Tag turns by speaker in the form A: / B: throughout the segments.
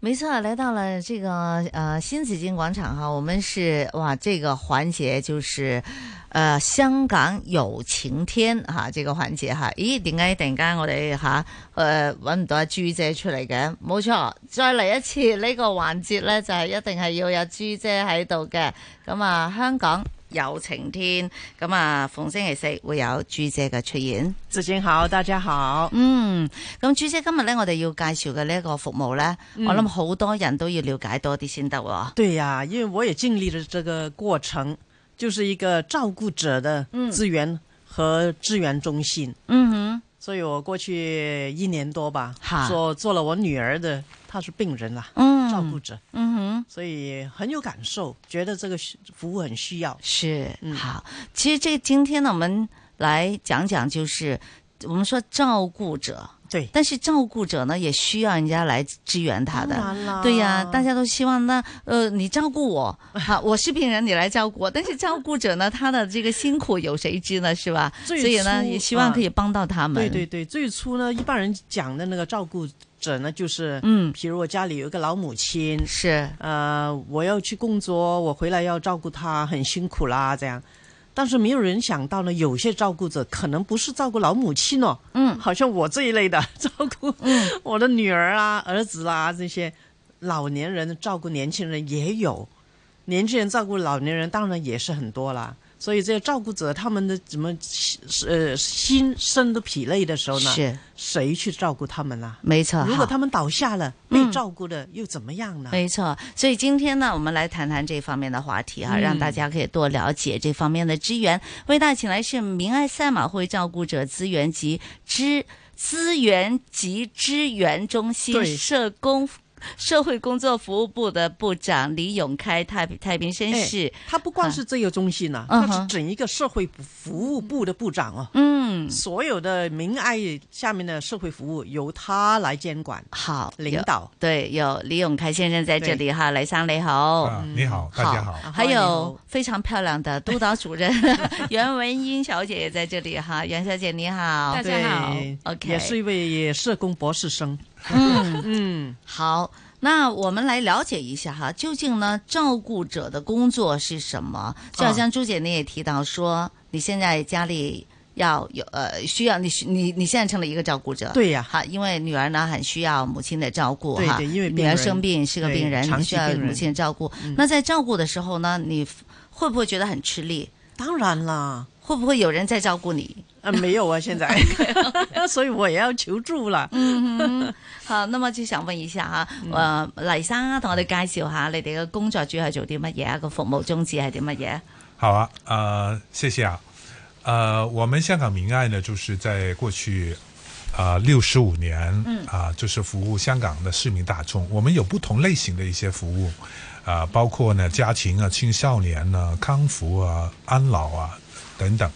A: 没错，来到了这个呃新紫金广场哈，我们是哇这个环节就是。呃，香港有晴天吓、啊，这個環節吓，咦？點解突然間我哋吓誒揾唔到阿朱姐出嚟嘅？冇錯，再嚟一次呢、個環節咧，就係、一定係要有朱姐喺度嘅。咁啊，香港有晴天，咁啊，逢星期四會有朱姐嘅出現。
B: 子金好，大家好。
A: 嗯，咁朱姐今日咧，我哋要介紹嘅呢一個服務咧，
B: 嗯
A: 我諗好多人都要了解多啲先得喎。
B: 对呀、因为我也经历了这个过程，就是一个照顾者的资源和支援中心，
A: 嗯
B: 所以我过去一年多吧
A: 哈，
B: 做做了我女儿的，她是病人啦，啊
A: 哼，啊嗯，
B: 照顾，者，
A: 嗯哼。
B: 所以很有感受，觉得这个需服务很需要。
A: 是，
B: 嗯
A: 好。其实这今天呢，我们来讲讲，就是我们说照顾者，
B: 对，
A: 但是照顾者呢，也需要人家来支援他
B: 当
A: 的。
B: 然啦，
A: 对呀，大家都希望那呃，你照顾 我，好、我是病人，你来照顾我。但是照顾者呢，他的这个辛苦有谁知呢？是吧？所
B: 最
A: 以呢，
B: 初
A: 也希望
B: 啊
A: 可以帮到他们。
B: 对对对，最初呢，一般人讲的那个照顾者呢，就是，
A: 嗯，
B: 譬如我家里有一个老母亲，
A: 是，
B: 呃，我要去工作，我回来要照顾他，很辛苦啦，这样。但是没有人想到呢，有些照顾者可能不是照顾老母亲哦，
A: 嗯
B: 好像我这一类的照顾
A: 嗯
B: 我的女儿啊、儿子啊这些老年人照顾年轻人也有，年轻人照顾老年人当然也是很多啦。所以这些照顾者他们的怎么呃心身都疲累的时候呢，
A: 是，啊
B: 谁去照顾他们啦、
A: 没错。
B: 如
A: 好
B: 果他们倒下了，被照顾的又怎么样呢？
A: 没错，所以今天呢，我们来谈谈这方面的话题哈、
B: 嗯
A: 让大家可以多了解这方面的资源。为大家请来是明爱赛马会照顾者资源及支资源及支援中心
B: 对
A: 社工。社会工作服务部的部长李永开，太平太平绅士，
B: 他不光是这个中心呢、
A: 嗯
B: 他是
A: 哼
B: 整一个社会服务部的部长哦。
A: 嗯，
B: 所有的明爱下面的社会服务由他来监管、
A: 好，
B: 领
A: 有
B: 导。
A: 对，有李永开先生在这里哈，雷生你好。
C: 啊，你好，大家好。
B: 好
A: 还
B: 你
A: 有
B: 好
A: 非常漂亮的督导主 任袁文英小姐也在这里哈，袁小姐你好，
D: 大家好
B: 对
A: OK
B: 也是一位社工博士生。
A: 嗯，
B: 嗯，
A: 好，那我们来了解一下哈，究竟呢照顾者的工作是什
B: 啊
A: 么？就好像朱姐你也提到说，你现在家里要有呃需要你你你现在成了一个照顾者，
B: 对呀、
A: 好，因为女儿呢很需要母亲的照顾
B: 对
A: 哈，
B: 对因为
A: 女
B: 病
A: 儿
B: 人
A: 生病是个
B: 对
A: 病人，
B: 长
A: 你
B: 期
A: 需要
B: 病人嗯
A: 母亲的照顾。那在照顾的时候呢，你会不会觉得很吃力？
B: 当然啦。
A: 会不会有人在照顾你？
B: 啊，没有啊，现在，所以我也要求助了。
A: 好，那么就想問一下吓，誒、黎生啊，同我哋介紹下你哋嘅工作主要係做啲乜嘢啊？個服務宗旨係啲乜嘢？
C: 好啊，呃，谢谢啊。呃，我们香港明爱呢，就是在过去啊六十五年，
A: 嗯
C: 啊、就是服务香港的市民大众。我们有不同类型的一些服务，啊、包括呢家庭啊、青少年啊、康复啊、安老啊等等。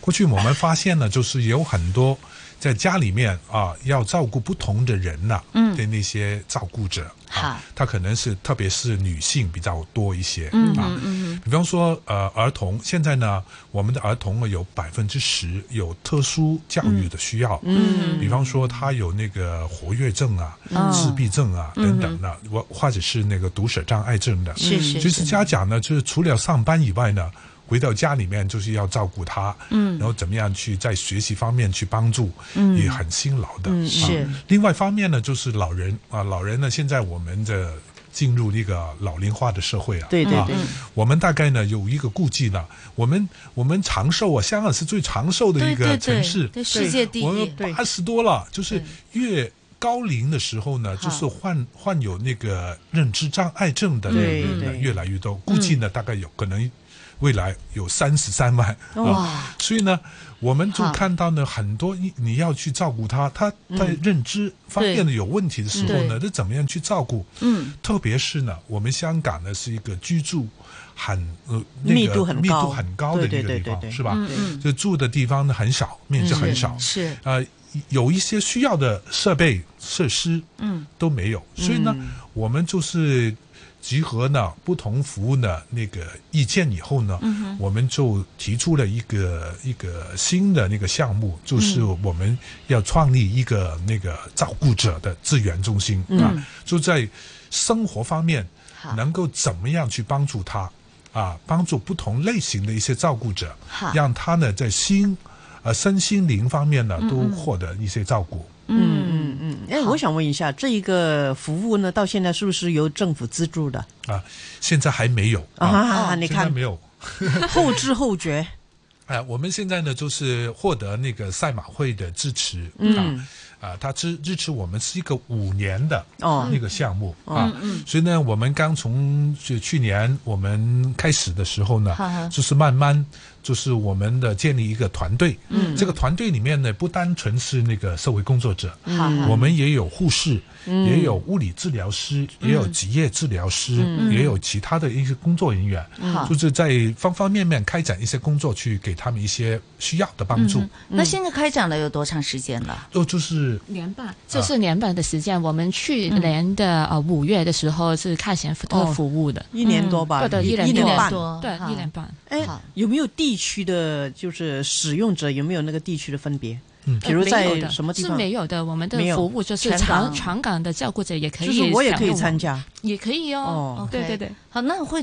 C: 过去我们发现呢，就是有很多在家里面啊、要照顾不同的人呐、
A: 嗯
C: 的那些照顾者
A: 好
C: 啊，他可能是特别是女性比较多一些，
A: 嗯
C: 啊
A: 嗯嗯
C: 比方说，呃，儿童现在呢，我们的儿童呢有百分之十有特殊教育的需要，
A: 嗯
C: 比方说他有那个活跃症啊、
A: 嗯
C: 自闭症啊
A: 嗯
C: 等等的，我、或者是那个读写障碍症的。
A: 是是
C: 其实
A: 是，
C: 家长呢，就是除了上班以外呢，回到家里面就是要照顾他，
A: 嗯
C: 然后怎么样去在学习方面去帮助，
A: 嗯
C: 也很辛劳的。
B: 嗯
A: 是
C: 啊。另外一方面呢，就是老人啊，老人呢，现在我们的进入那个老龄化的社会啊，
B: 对对
C: 啊
B: 对，
C: 我们大概呢有一个估计呢，我们我们长寿啊，香港是最长寿的
A: 对
C: 一
A: 对
C: 个
A: 对
C: 城市，
A: 对世界第
C: 我
A: 一，
C: 们八十多了，就是越高龄的时候
A: 好
C: 呢，就是患患有那个认知障碍症的
B: 对
C: 人呢
B: 对
C: 越来越多，估计
A: 嗯
C: 呢大概有可能未来有三十三万啊，
A: 哇，
C: 所以呢。我们就
A: 好
C: 看到呢，很多你你要去照顾他，他在认知方面呢有问题的时候呢，
A: 嗯对
C: 这怎么样去照顾？
A: 嗯
C: 特别是呢，我们香港呢是一个居住很呃那个
B: 密度很
C: 密
B: 高
C: 度很高的一
B: 对
C: 个
B: 对
C: 地
B: 对
C: 方，
B: 对对
C: 是吧？
A: 嗯嗯，嗯
C: 就住的地方呢很少，面积很少，
B: 嗯
A: 是
C: 呃，有一些需要的设备设施，
A: 嗯，
C: 都没有，所以呢，
B: 嗯
C: 我们就是集合呢不同服务的那个意见以后
A: 嗯
C: 呢，我们就提出了一个一个新的那个项目，就是我们要创立一个那个照顾者的资源中心、
A: 嗯
C: 啊，就在生活方面
A: 好
C: 能够怎么样去帮助他啊，帮助不同类型的一些照顾者
A: 好，
C: 让他呢在心呃身心灵方面呢都获得一些照顾。
A: 嗯
B: 嗯嗯，哎，我想问一下，这一个服务呢，到现在是不是由政府资助的
C: 啊，现在还没有啊，
B: 啊？
A: 哦
B: 你
C: 现在
B: 看
C: 没有。
B: 后知后觉，
C: 哎、我们现在呢，就是获得那个赛马会的支持，
B: 嗯
C: 啊，啊，他支支持我们是一个五年的
B: 哦
C: 那个项目、啊，
A: 嗯
C: 所以呢，我们刚从去去年我们开始的时候呢，
A: 好好
C: 就是慢慢就是我们的建立一个团队，嗯，这个团队里面呢，不单纯是那个社会工作者，
A: 好好
B: 嗯
C: 我们也有护士，也有物理治疗师，也
B: 嗯
C: 有职业治疗师，也有其他的一些工作人员，
B: 嗯
A: 好
C: 就是在方方面面开展一些工作，去给他们一些需要的帮
B: 嗯
C: 助。
A: 嗯那现在开展了有多长时间了？
C: 哦，就是
D: 年
B: 啊
D: 半，这是年半的时间。我们去年的呃五月的时候是开展福特
B: 嗯哦
D: 服务的，
B: 一年多吧，
D: 嗯对的，
B: 一
D: 一年
B: 年
D: 多
B: 半。
A: 多
D: 对
A: 哈，
D: 一年半。
B: 哎
A: 好，
B: 有没有地区的，就是使用者有没有那个地区的分别？
C: 嗯
B: 比如
D: 呃没有
B: 在
D: 的
B: 什么地
D: 是
B: 方？
D: 没有的，我们的
B: 没有
D: 服务就是
A: 全港
D: 长长港的照顾者也可以
B: 就
D: 享用
B: 是
D: 我们，
B: 我也可以参加
D: 也可以哦。
B: 哦
A: OK
D: 对对对，
A: 好，那会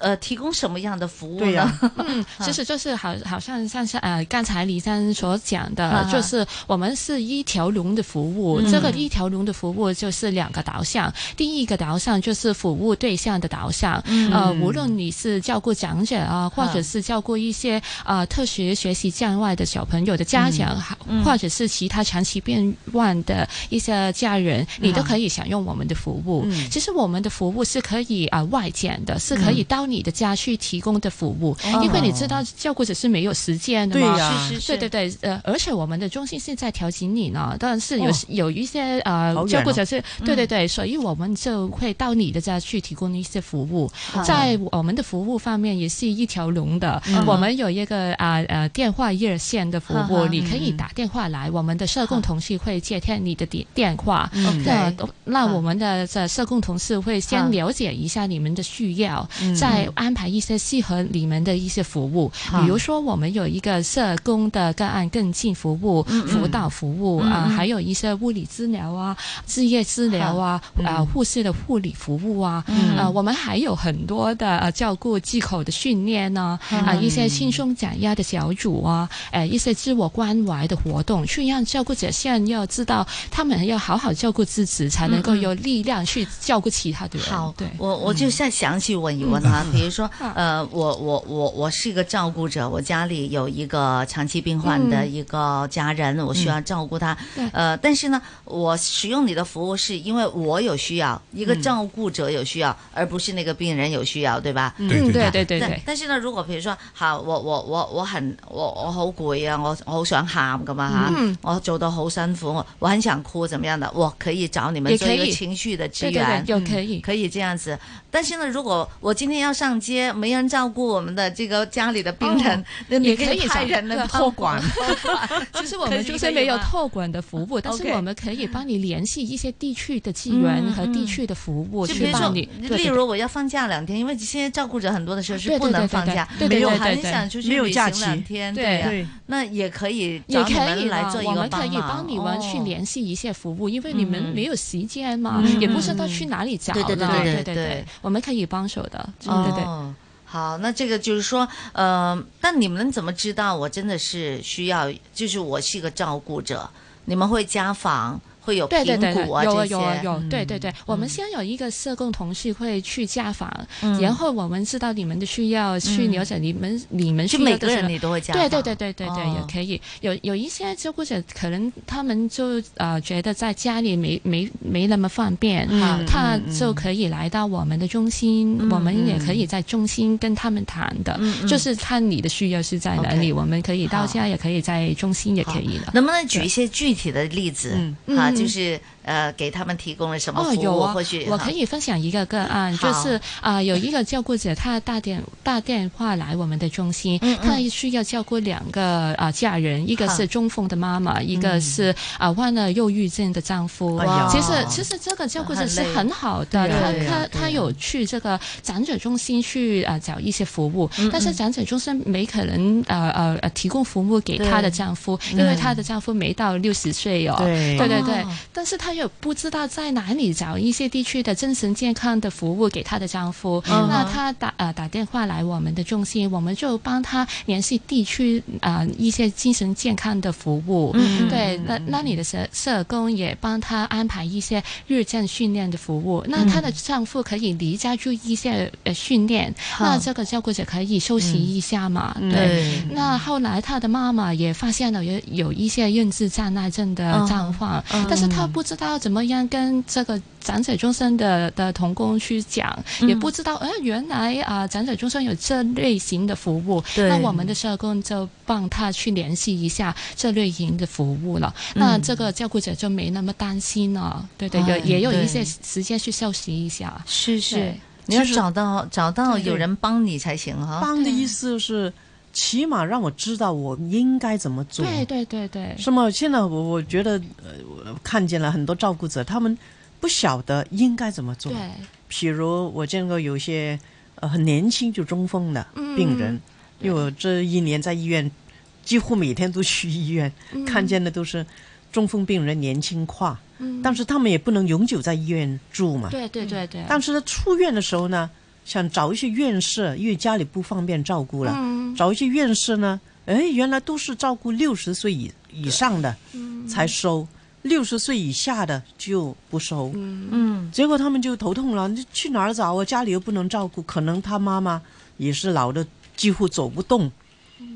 A: 呃提供什么样的服务呢？
B: 对呀
D: 嗯，其实就是好，好像像是呃，刚才李珊所讲
A: 啊
D: 的，
A: 哈嗯
D: 就是我们是一条龙的服务。这个一条龙的服务就是两个导向，第一个导向就是服务对象的导向，
A: 嗯
D: 呃，无论你是照顾长者啊，或者是照顾一些呃特殊学习障碍的小朋友的家
A: 嗯
D: 长，好或者是其他长期病患的一些家人，你都可以享用我们的服务。
A: 嗯
D: 其实我们的服务是可以啊、呃外展的，是可以到你的家去提供的服务，因为你知道照顾者是没有时间的
B: 哦对
D: 嘛。
B: 呀，
A: 是是是，
D: 对对对，呃，而且我们的中心是在调节你呢，但是有、
B: 哦
D: 有一些呃
B: 好远哦嗯
D: 照顾者是，对对对，所以我们就会到你的家去提供一些服务，
A: 好
D: 在我们的服务方面也是一条龙的，
B: 嗯
D: 我们有一个啊呃电话热线的服务，
A: 嗯
D: 你可以打电话来，我们的社工同事会接听你的电电话。
B: 嗯
D: 那
A: OK，
D: 哎那
A: 嗯
D: 我们的这社工同事会
A: 嗯
D: 先了解一下你们的需要，再安排一些适合你们的一些服务。
A: 嗯
D: 比如说，我们有一个社工的个案跟进服务、
A: 嗯
D: 辅导服务啊，还有一些物理治疗啊、职业治疗啊、
A: 嗯
D: 啊护士的护理服务啊，啊，我们还有很多的呃照顾忌口的训练呢，
A: 嗯
D: 啊，一些轻松减压的小组啊，呃，一些自我关怀的活动，去让照顾者先要知道，他们要好好照顾自己，才能够有力量去照顾其他的人。
A: 嗯好，
D: 对。
A: 我我就再详细问一问
D: 嗯
A: 啊，比如说，呃，我我我我是一个照顾者，我家里有一个长期病患的一个家人，我需要照顾他，
D: 嗯对
A: 呃，但是呢，我使用你的服务是因为我有需要，一
D: 嗯
A: 个照顾者有需要，而不是那个病人有需要，对吧？
C: 对
D: 嗯，
C: 对
D: 对对对
A: 但
D: 对，
A: 但是呢，如果譬如說，嚇我我我我很我我好攰啊，我我好想喊咁啊嚇，
D: 嗯
A: 我做到好辛苦，我我很想哭，怎么样的，我可以找你们
D: 也
A: 做一
D: 可
A: 个
D: 以
A: 情绪的支
D: 对
A: 援。
D: 对对，又可以。
A: 可以这样子，但是呢，如果我今天要上街，没人照顾我们的这个家里的病人，那你
D: 哦也可以
A: 派
D: 找
A: 人来
D: 对哦
A: 帮
D: 托
A: 我
D: 管其实 我们就是没有托管的服务，但是
A: OK
D: 我们可以帮你联系一些地区的资源和地区的服务
A: 嗯就比
D: 去
A: 如说，
D: 帮你。对
A: 例
D: 对
A: 如我要放假两天，因为现在照顾者很多的时候是
D: 对
A: 不
D: 对
A: 能
D: 对
A: 放
D: 对
A: 假，
D: 对
A: 没
D: 对
A: 有
D: 对
A: 很
D: 对
A: 想出去
B: 没有
A: 旅
B: 假
A: 行两
B: 期
A: 天，
D: 对
A: 呀
B: 对，
A: 那也可以
D: 也
A: 找你
D: 可以
A: 们来
D: 啦
A: 做一
D: 我
A: 个
D: 们可以
A: 忙
D: 帮你们去
A: 哦
D: 联系一些服务，因为你们
A: 嗯
D: 没有时间嘛，
A: 嗯
D: 也不知道去哪里找
A: 对
D: 了。
A: 对对对对对
D: 对
A: 对
D: 对，我们可以帮手的。对嗯对对。
A: 哦，好，那这个就是说，呃，但你们怎么知道我真的是需要？就是我是一个照顾者，你们会家访，会有
D: 对
A: 评
D: 对对，对
A: 估啊
D: 有
A: 这
D: 啊
A: 些。
D: 有啊有，对对对，我们先有一个社工同事会去家访，
A: 嗯
D: 然后我们知道你们的需要，去了解你们你们
A: 就
D: 需
A: 每
D: 要
A: 个
D: 的什
A: 人
D: 么。
A: 你都会家访，
D: 对对对对对对，
A: 哦
D: 也可以。有有一些照顾者可能他们就呃觉得在家里没没没那么方便，
B: 嗯
D: 他
B: 嗯嗯
D: 就可以来到我们的中心，
A: 嗯
D: 我们也可以在中心跟他们谈的，就是看你的需要是在哪里，我们可以到家，也可以在中心，也可以的。
A: 能不能举一些具体的例子？
B: 嗯
A: 啊，
D: 嗯
A: 就是呃给他们提供了什么
D: 哦，
A: 服务？
D: 有啊
A: 或许，
D: 我可以分享一个个案，
A: 好
D: 就是啊、有一个照顾者，他打电打电话来我们的中心，
A: 嗯
D: 他需要照顾两个啊、家人，一个
A: 好嗯
D: 是中风的妈妈，一个是啊、患了忧郁症的丈夫。
A: 哎呀
D: 其实其实这个照顾者是很好的，
A: 很累
D: 他
A: 对啊对
D: 他
A: 啊
D: 他有去这个长者中心去啊、找一些服务，
A: 嗯
D: 但是长者中心没可能呃呃呃提供服务给她的
A: 对嗯
D: 丈夫，因为她的丈夫没到六十岁哦。
B: 对
D: 对对对
A: 哦，
D: 但是她也不知道在哪里找一些地区的精神健康的服务给她的丈夫。
A: 嗯
D: 那她打呃打电话来我们的中心，我们就帮她联系地区啊、呃一些精神健康的服务。
A: 嗯嗯
D: 对，那那里的社社工也帮她安排一些日间训练的服
A: 嗯
D: 务。那她的丈夫可以离家去一些呃训练，那这个照顾者可以休息
A: 嗯
D: 一下嘛？
B: 嗯
D: 对。
A: 对，
D: 那后来她的妈妈也发现了有有一些认知障碍症的状况，
A: 嗯
D: 但是她不知道怎么样跟这个长者中心的的童工去讲，
A: 嗯
D: 也不知道，呃，原来啊、长者中心有这类型的服务，
A: 对
D: 那我们的社工就帮她去联系一下这类型的服务了，
A: 嗯
D: 那这个照顾者就没那么担心了，对对，有
A: 哎
D: 也有
A: 对
D: 一些时间去休息一下，
A: 是是
D: 对，
A: 你要
B: 其实
A: 找到找到
B: 对对
A: 有人帮你才行哈。
B: 帮的意思是，起码让我知道我应该怎么做。
D: 对对对对，
B: 是吗？现在我我觉得，呃，我看见了很多照顾者，他们不晓得应该怎么做
D: 对。，
B: 比如我见过有些呃很年轻就中风的
D: 嗯
B: 病人，因为我这一年在医院，几乎每天都去医院，看见的都是中风病人年轻化，
D: 嗯，
B: 但是他们也不能永久在医院住嘛。
D: 对对对对，
B: 但是呢，出院的时候呢，想找一些院士，因为家里不方便照顾了，
D: 嗯
B: 找一些院士呢，哎，原来都是照顾六十岁以以上的
D: 嗯
B: 才收，六十岁以下的就不收。
A: 嗯，
B: 结果他们就头痛了，你去哪儿找啊？家里又不能照顾，可能他妈妈也是老的几乎走不动，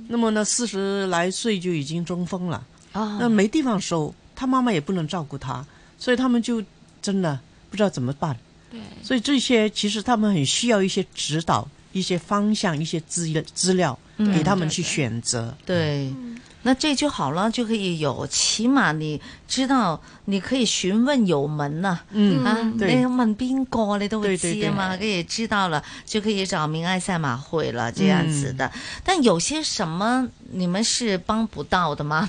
B: 那么呢，四十来岁就已经中风了。
D: 哦
A: 啊
B: 那没地方收，他妈妈也不能照顾他，所以他们就真的不知道怎么办。
D: 对。
B: 所以这些其实他们很需要一些指导、一些方向、一些资料资料给他们去选择。
A: 对，
B: 嗯
A: 那这就好了，就可以有，起码你知道你可以询问有门呐、
B: 嗯
A: 啊，
B: 对
A: 你問邊個你都會
B: 對
A: 知
B: 對對
A: 啊嘛，跟也知道了，就可以找明爱赛马会了这样子的。
B: 嗯
A: 但有些什么你們是幫不到的 嗎？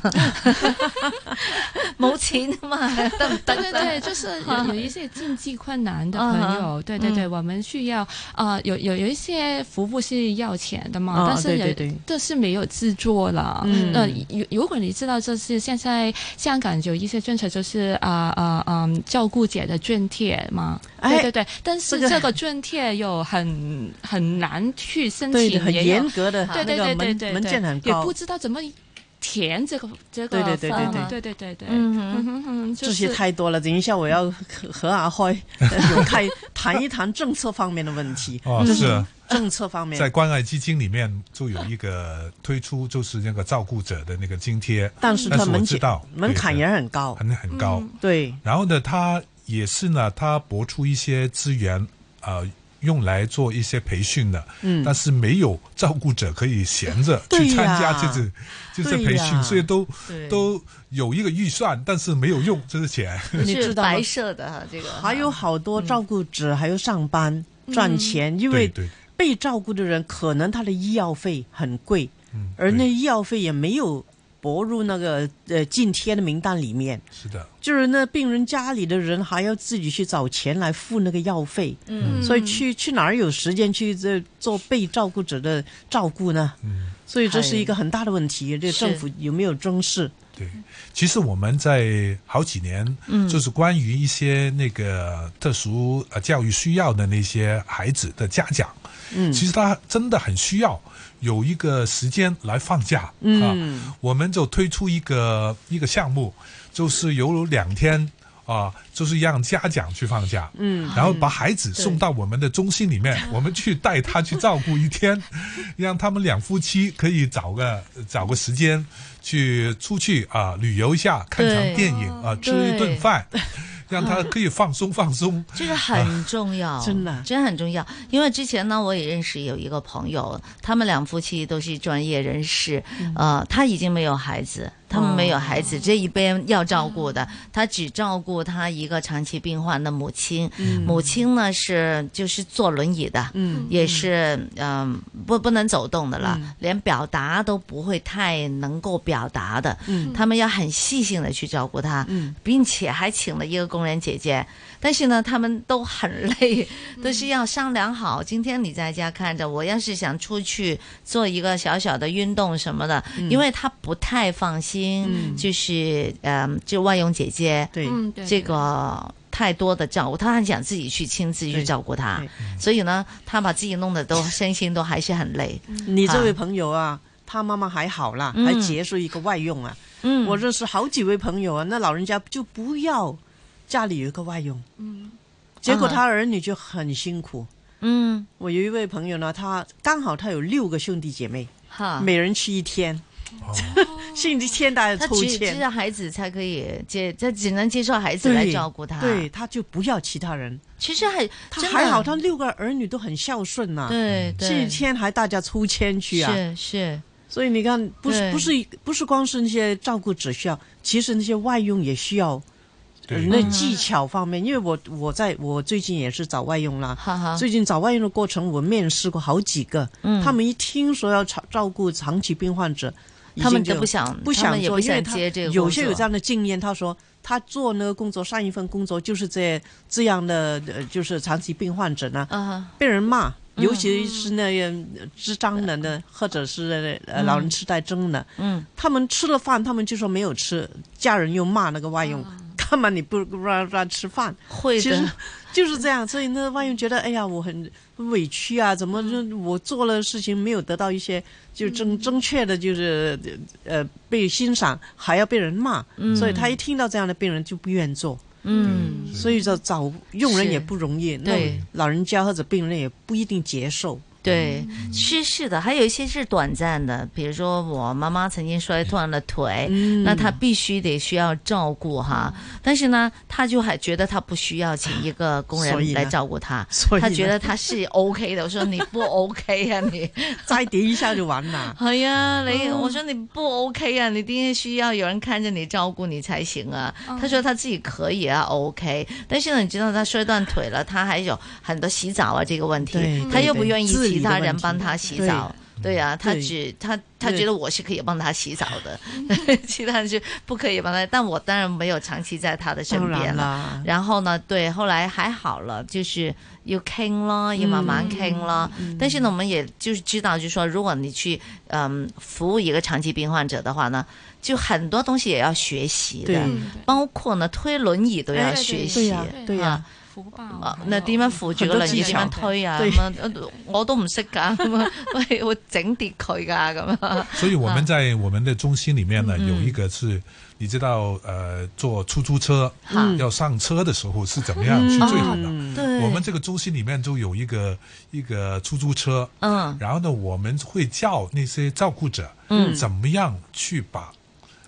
A: 冇錢啊嘛，得唔
D: 对
A: 得？
D: 对 对，就是有有一些经济困难的
A: 嗯
D: 朋
A: 哼
D: 友，对对对，我们需要啊，有有有一些服务是要钱的嘛
B: 啊，
D: 但是
B: 对对
D: 有
B: 对
D: 这是没有制作了。
B: 嗯
D: 那如如果你知道，就是现在香港有一些政策，就是啊啊啊，照顾者的津贴嘛，
B: 哎
D: 对对对，但是
B: 这个
D: 这个津贴有很很难去申
B: 对
D: 请
B: 的，，很
D: 也有
B: 严格的
D: 对
B: 那
D: 对
B: 个
D: 对对
B: 门
D: 对，
B: 门槛很
D: 也
B: 高
D: 不，知道怎么填这个这个
B: 对对对
D: 方
A: 对
D: 对对对对，
A: 嗯哼
D: 哼哼，就
B: 这些
D: 是
B: 太多了。等一下我要和和阿辉 呃有开谈一谈政策方面的问题，
C: 哦，是啊
B: 政策方面
C: 在。关爱基金里面就有一个推出，就是那个照顾者的那个津贴，
B: 但是
C: 但
B: 它
C: 是我
B: 门
C: 知道
B: 槛门槛也很高，
C: 很很高。
B: 对，
C: 然后呢，他也是呢，他拨出一些资源，呃，用来做一些培训的。
B: 嗯
C: 但是没有照顾者可以闲着
B: 对
C: 去
B: 呀
C: 参加这次这次培
B: 对呀
C: 训，所以都
A: 对
C: 都有一个预算，但是没有用这些钱。
B: 你
A: 是
B: 知道吗
A: 白嗯色的哈，这个
B: 还有好多照顾者还要上班
A: 嗯
B: 赚钱，因
C: 对
B: 为
C: 对，
B: 被照顾的人可能他的医药费很贵，
C: 嗯，
B: 而
C: 对
B: 那医药费也没有拨入那个呃津贴的名单里面，
C: 是的，
B: 就是那病人家里的人还要自己去找钱来付那个药费，
A: 嗯
B: 所以去去哪儿有时间去这做被照顾者的照顾呢？
C: 嗯。
B: 所以这是一个很大的问题，这个
A: 是
B: 政府有没有重视？
C: 对，其实我们在好几年，嗯，就是关于一些那个特殊呃教育需要的那些孩子的家长，
B: 嗯
C: 其实他真的很需要有一个时间来放假，
B: 嗯
C: 啊，我们就推出一个一个项目，就是有两天。啊，就是让家长去放假，嗯，然后把孩子送到我们的中心里面，
A: 嗯
C: 我们去带他去照顾一天， 让他们两夫妻可以找个找个时间去出去啊、旅游一下，看场
A: 对哦
C: 电影啊、吃一
A: 对
C: 顿饭， 让他可以放松放 松。
A: 这个 很重要，
B: 真的
A: 真很重要。因为之前呢，我也认识有
B: 嗯
A: 一个朋友，他们两夫妻都是专业人士，呃，他已经没有孩子，他们没有孩子，这一边要照顾的，
B: 嗯
A: 他只照顾他一个长期病患的母亲，母亲呢是就是坐轮椅的，
B: 嗯
A: 也是嗯、不不能走动的了，连表达都不会太能够表达的，
B: 嗯
A: 他们要很细心的去照顾他，
B: 嗯
A: 并且还请了一个工人姐姐，但是呢，他们都很累，
B: 嗯
A: 都是要商量好。今天你在家看着，我要是想出去做一个小小的运动什么的，因为他不太放心，
B: 嗯
A: 就是嗯、就外佣姐姐
B: 对，
D: 嗯，对，
A: 这个太多的照顾，他很想自己去亲自去
B: 对
A: 照顾他
B: 对，
A: 所以呢，他把自己弄得都身心都还是很累。
B: 你这位朋友啊，他妈妈还好啦，
A: 嗯
B: 还结束一个外佣啊。
A: 嗯，
B: 我认识好几位朋友啊，那老人家就不要家里有一个外佣，
D: 嗯
B: 结果
A: 啊
B: 他儿女就很辛苦。
A: 嗯
B: 我有一位朋友呢，他刚好他有六个兄弟姐妹，
A: 哈。
B: 每人去一天， 星期天大家
A: 他
B: 抽
A: 只知
B: 签，
A: 道孩子才可以接，他只能接受孩子来照顾他。
B: 对，，他就不要其他人。
A: 其实还
B: 他
A: 真的
B: 还好，他六个儿女都很孝顺呐、
A: 对对
B: 这一天还大家抽签去啊，
A: 是是，
B: 所以你看，不是
A: 对
B: 不是不是光是那些照顾者需要，其实那些外佣也需要。呃
C: 对
B: 那
C: 嗯
B: 技巧方面，因为我我在我最近也是找外佣啦，
A: 哈哈，
B: 最近找外佣的过程，我面试过好几个，
A: 啊嗯
B: 他们一听说要照照顾长期病患者，已
A: 他们
B: 经就
A: 都不想
B: 不
A: 他
B: 想
A: 们也
B: 做，
A: 不
B: 因为
A: 想
B: 他
A: 接这个工作。
B: 有些有这样的经验，他说他做那个工作，上一份工作就是这这样的，呃，就是长期病患者呢，
A: 啊哈，
B: 被人骂。
A: 嗯
B: 尤其是那呃智障的呢，或者是呃老人痴呆症的，
A: 嗯
B: 他们吃了饭，他们就说没有吃，家人又骂那个外佣，
A: 啊
B: 干嘛你不不让让吃饭？
A: 会
B: 其实
A: 的，
B: 就是这样，所以呢，万一觉得哎呀，我很很委屈啊，怎么
A: 嗯
B: 就我做了事情没有得到一些就正正确的，就是呃被欣赏，还要被人骂，所以他一听到这样的病人就不愿做，
A: 嗯，
C: 是
B: 所以说找佣人
A: 是
B: 也不容易，那
A: 对
B: 老人家或者病人也不一定接受，
A: 对，是是的，还有一些是短暂的，比如说我妈妈曾经摔断了腿，
B: 嗯
A: 那她必须得需要照顾哈，但是呢，她就还觉得她不需要请一个工
B: 所以
A: 人
B: 呢
A: 来照顾她。
B: 所以
A: 她
B: 呢
A: 觉得她是 OK 的，我说你不 OK 啊你，。
B: 再叠一下就完了
A: 系啊，你、
B: 嗯
A: 我说你不 OK 啊，你第一需要有人看着你照顾你才行啊。
B: 嗯
A: 他说他自己可以啊，OK，但是呢，你知道他摔断腿了，他还有很多洗澡啊这个问
B: 对
A: 题，他
B: 对
A: 又不
B: 对
A: 愿意
B: 自理
A: 其
B: 的
A: 他
B: 问
A: 人
B: 题
A: 帮他洗澡。对啊，他
B: 对嗯
A: 只他他
B: 对
A: 觉得我是可以帮他洗澡的， 其他人是不可以帮他。但我当然没有长期在他的身
B: 当
A: 边
B: 然嗯
A: 了。
C: 嗯
B: 啦，
A: 然后呢，对，后来还好了，就是要倾咯，
B: 嗯
A: 要慢慢倾咯。但是呢，我们也就是知道，就是说，如果你去嗯服务一个长期病患者的话呢，就很多东西也要学习
B: 对
A: 的，
D: 嗯，
A: 包括呢推轮椅都要
D: 哎对
A: 学
D: 对
A: 习。
B: 呀对呀
A: 啊
D: 福报
A: 啊，那點樣扶住個輪椅？
B: 很多技
A: 點
B: 巧
A: 樣推啊？
B: 對
A: 咁樣我都唔識㗎，咁啊， 喂，會整跌佢㗎，咁啊，
C: 所以我们在我们的中心里面呢，
A: 嗯嗯
C: 有一个是，你知道，呃，坐出租车
A: 嗯
C: 要上车的时候是怎么样去最好的？
B: 嗯，
A: 對，
C: 我们这个中心里面就有一个一个出租车，
A: 嗯
C: 然后呢，我们会教那些照顾者，
A: 嗯
C: 怎么样去把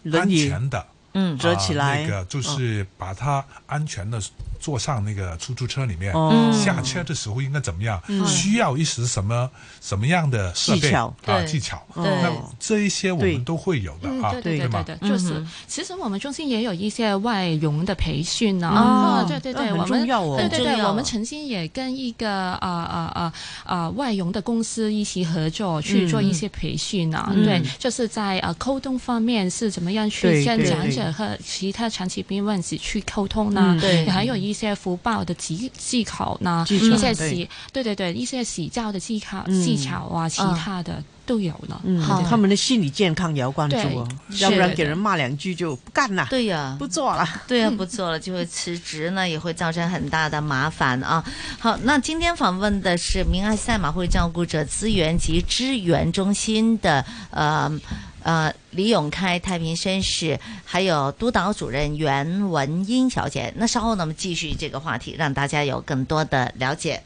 B: 轮
C: 安
B: 椅
C: 全的
A: 嗯
B: 折起来
C: 啊那个就是把它安全的坐上那个出租车里面。
B: 哦嗯
C: 下车的时候应该怎么样？需要一时什么什么样的设备
B: 技巧
C: 啊
A: 对
C: 技巧？
A: 嗯对
C: 那
B: 哦
C: 这一些我们都会有的
D: 嗯，
C: 啊，
D: 对对对
C: 吗
D: 对？对，就是
A: 嗯哼。
D: 其实我们中心也有一些外佣的培训
A: 哦
D: 啊，对对对，
B: 嗯那
D: 我
B: 很重
D: 们
B: 要哦
D: 对对
A: 很重
D: 对，
A: 要
D: 我们曾经也跟一个啊啊啊啊外佣的公司一起合作去做一些培训啊，
B: 嗯
D: 对
B: 嗯，
D: 就是在啊沟通方面是怎么样
B: 对
D: 去跟
B: 对
D: 长
B: 对
D: 者和其他长期病患者去沟通呢
B: 嗯？
A: 对
D: 还有一些福报的技技巧啊呢，
B: 技巧
D: 一些
B: 嗯对
D: 洗对对对一些洗澡的技巧
B: 嗯
D: 技巧啊，其他的都有呢。
B: 嗯
A: 好，
B: 他们的心理健康也要关注哦，
D: 对
B: 要不然
D: 是
B: 给人骂两句就不干了，
A: 對呀，
B: 不做了。
A: 对啊，不做了就会辞职呢，也会造成很大的麻烦啊。好，那今天访问的是明爱赛马会照顾者资源及支援中心的呃呃李永开太平绅士，还有督导主任袁文英小姐。那稍后呢，我们继续这个话题，让大家有更多的了解。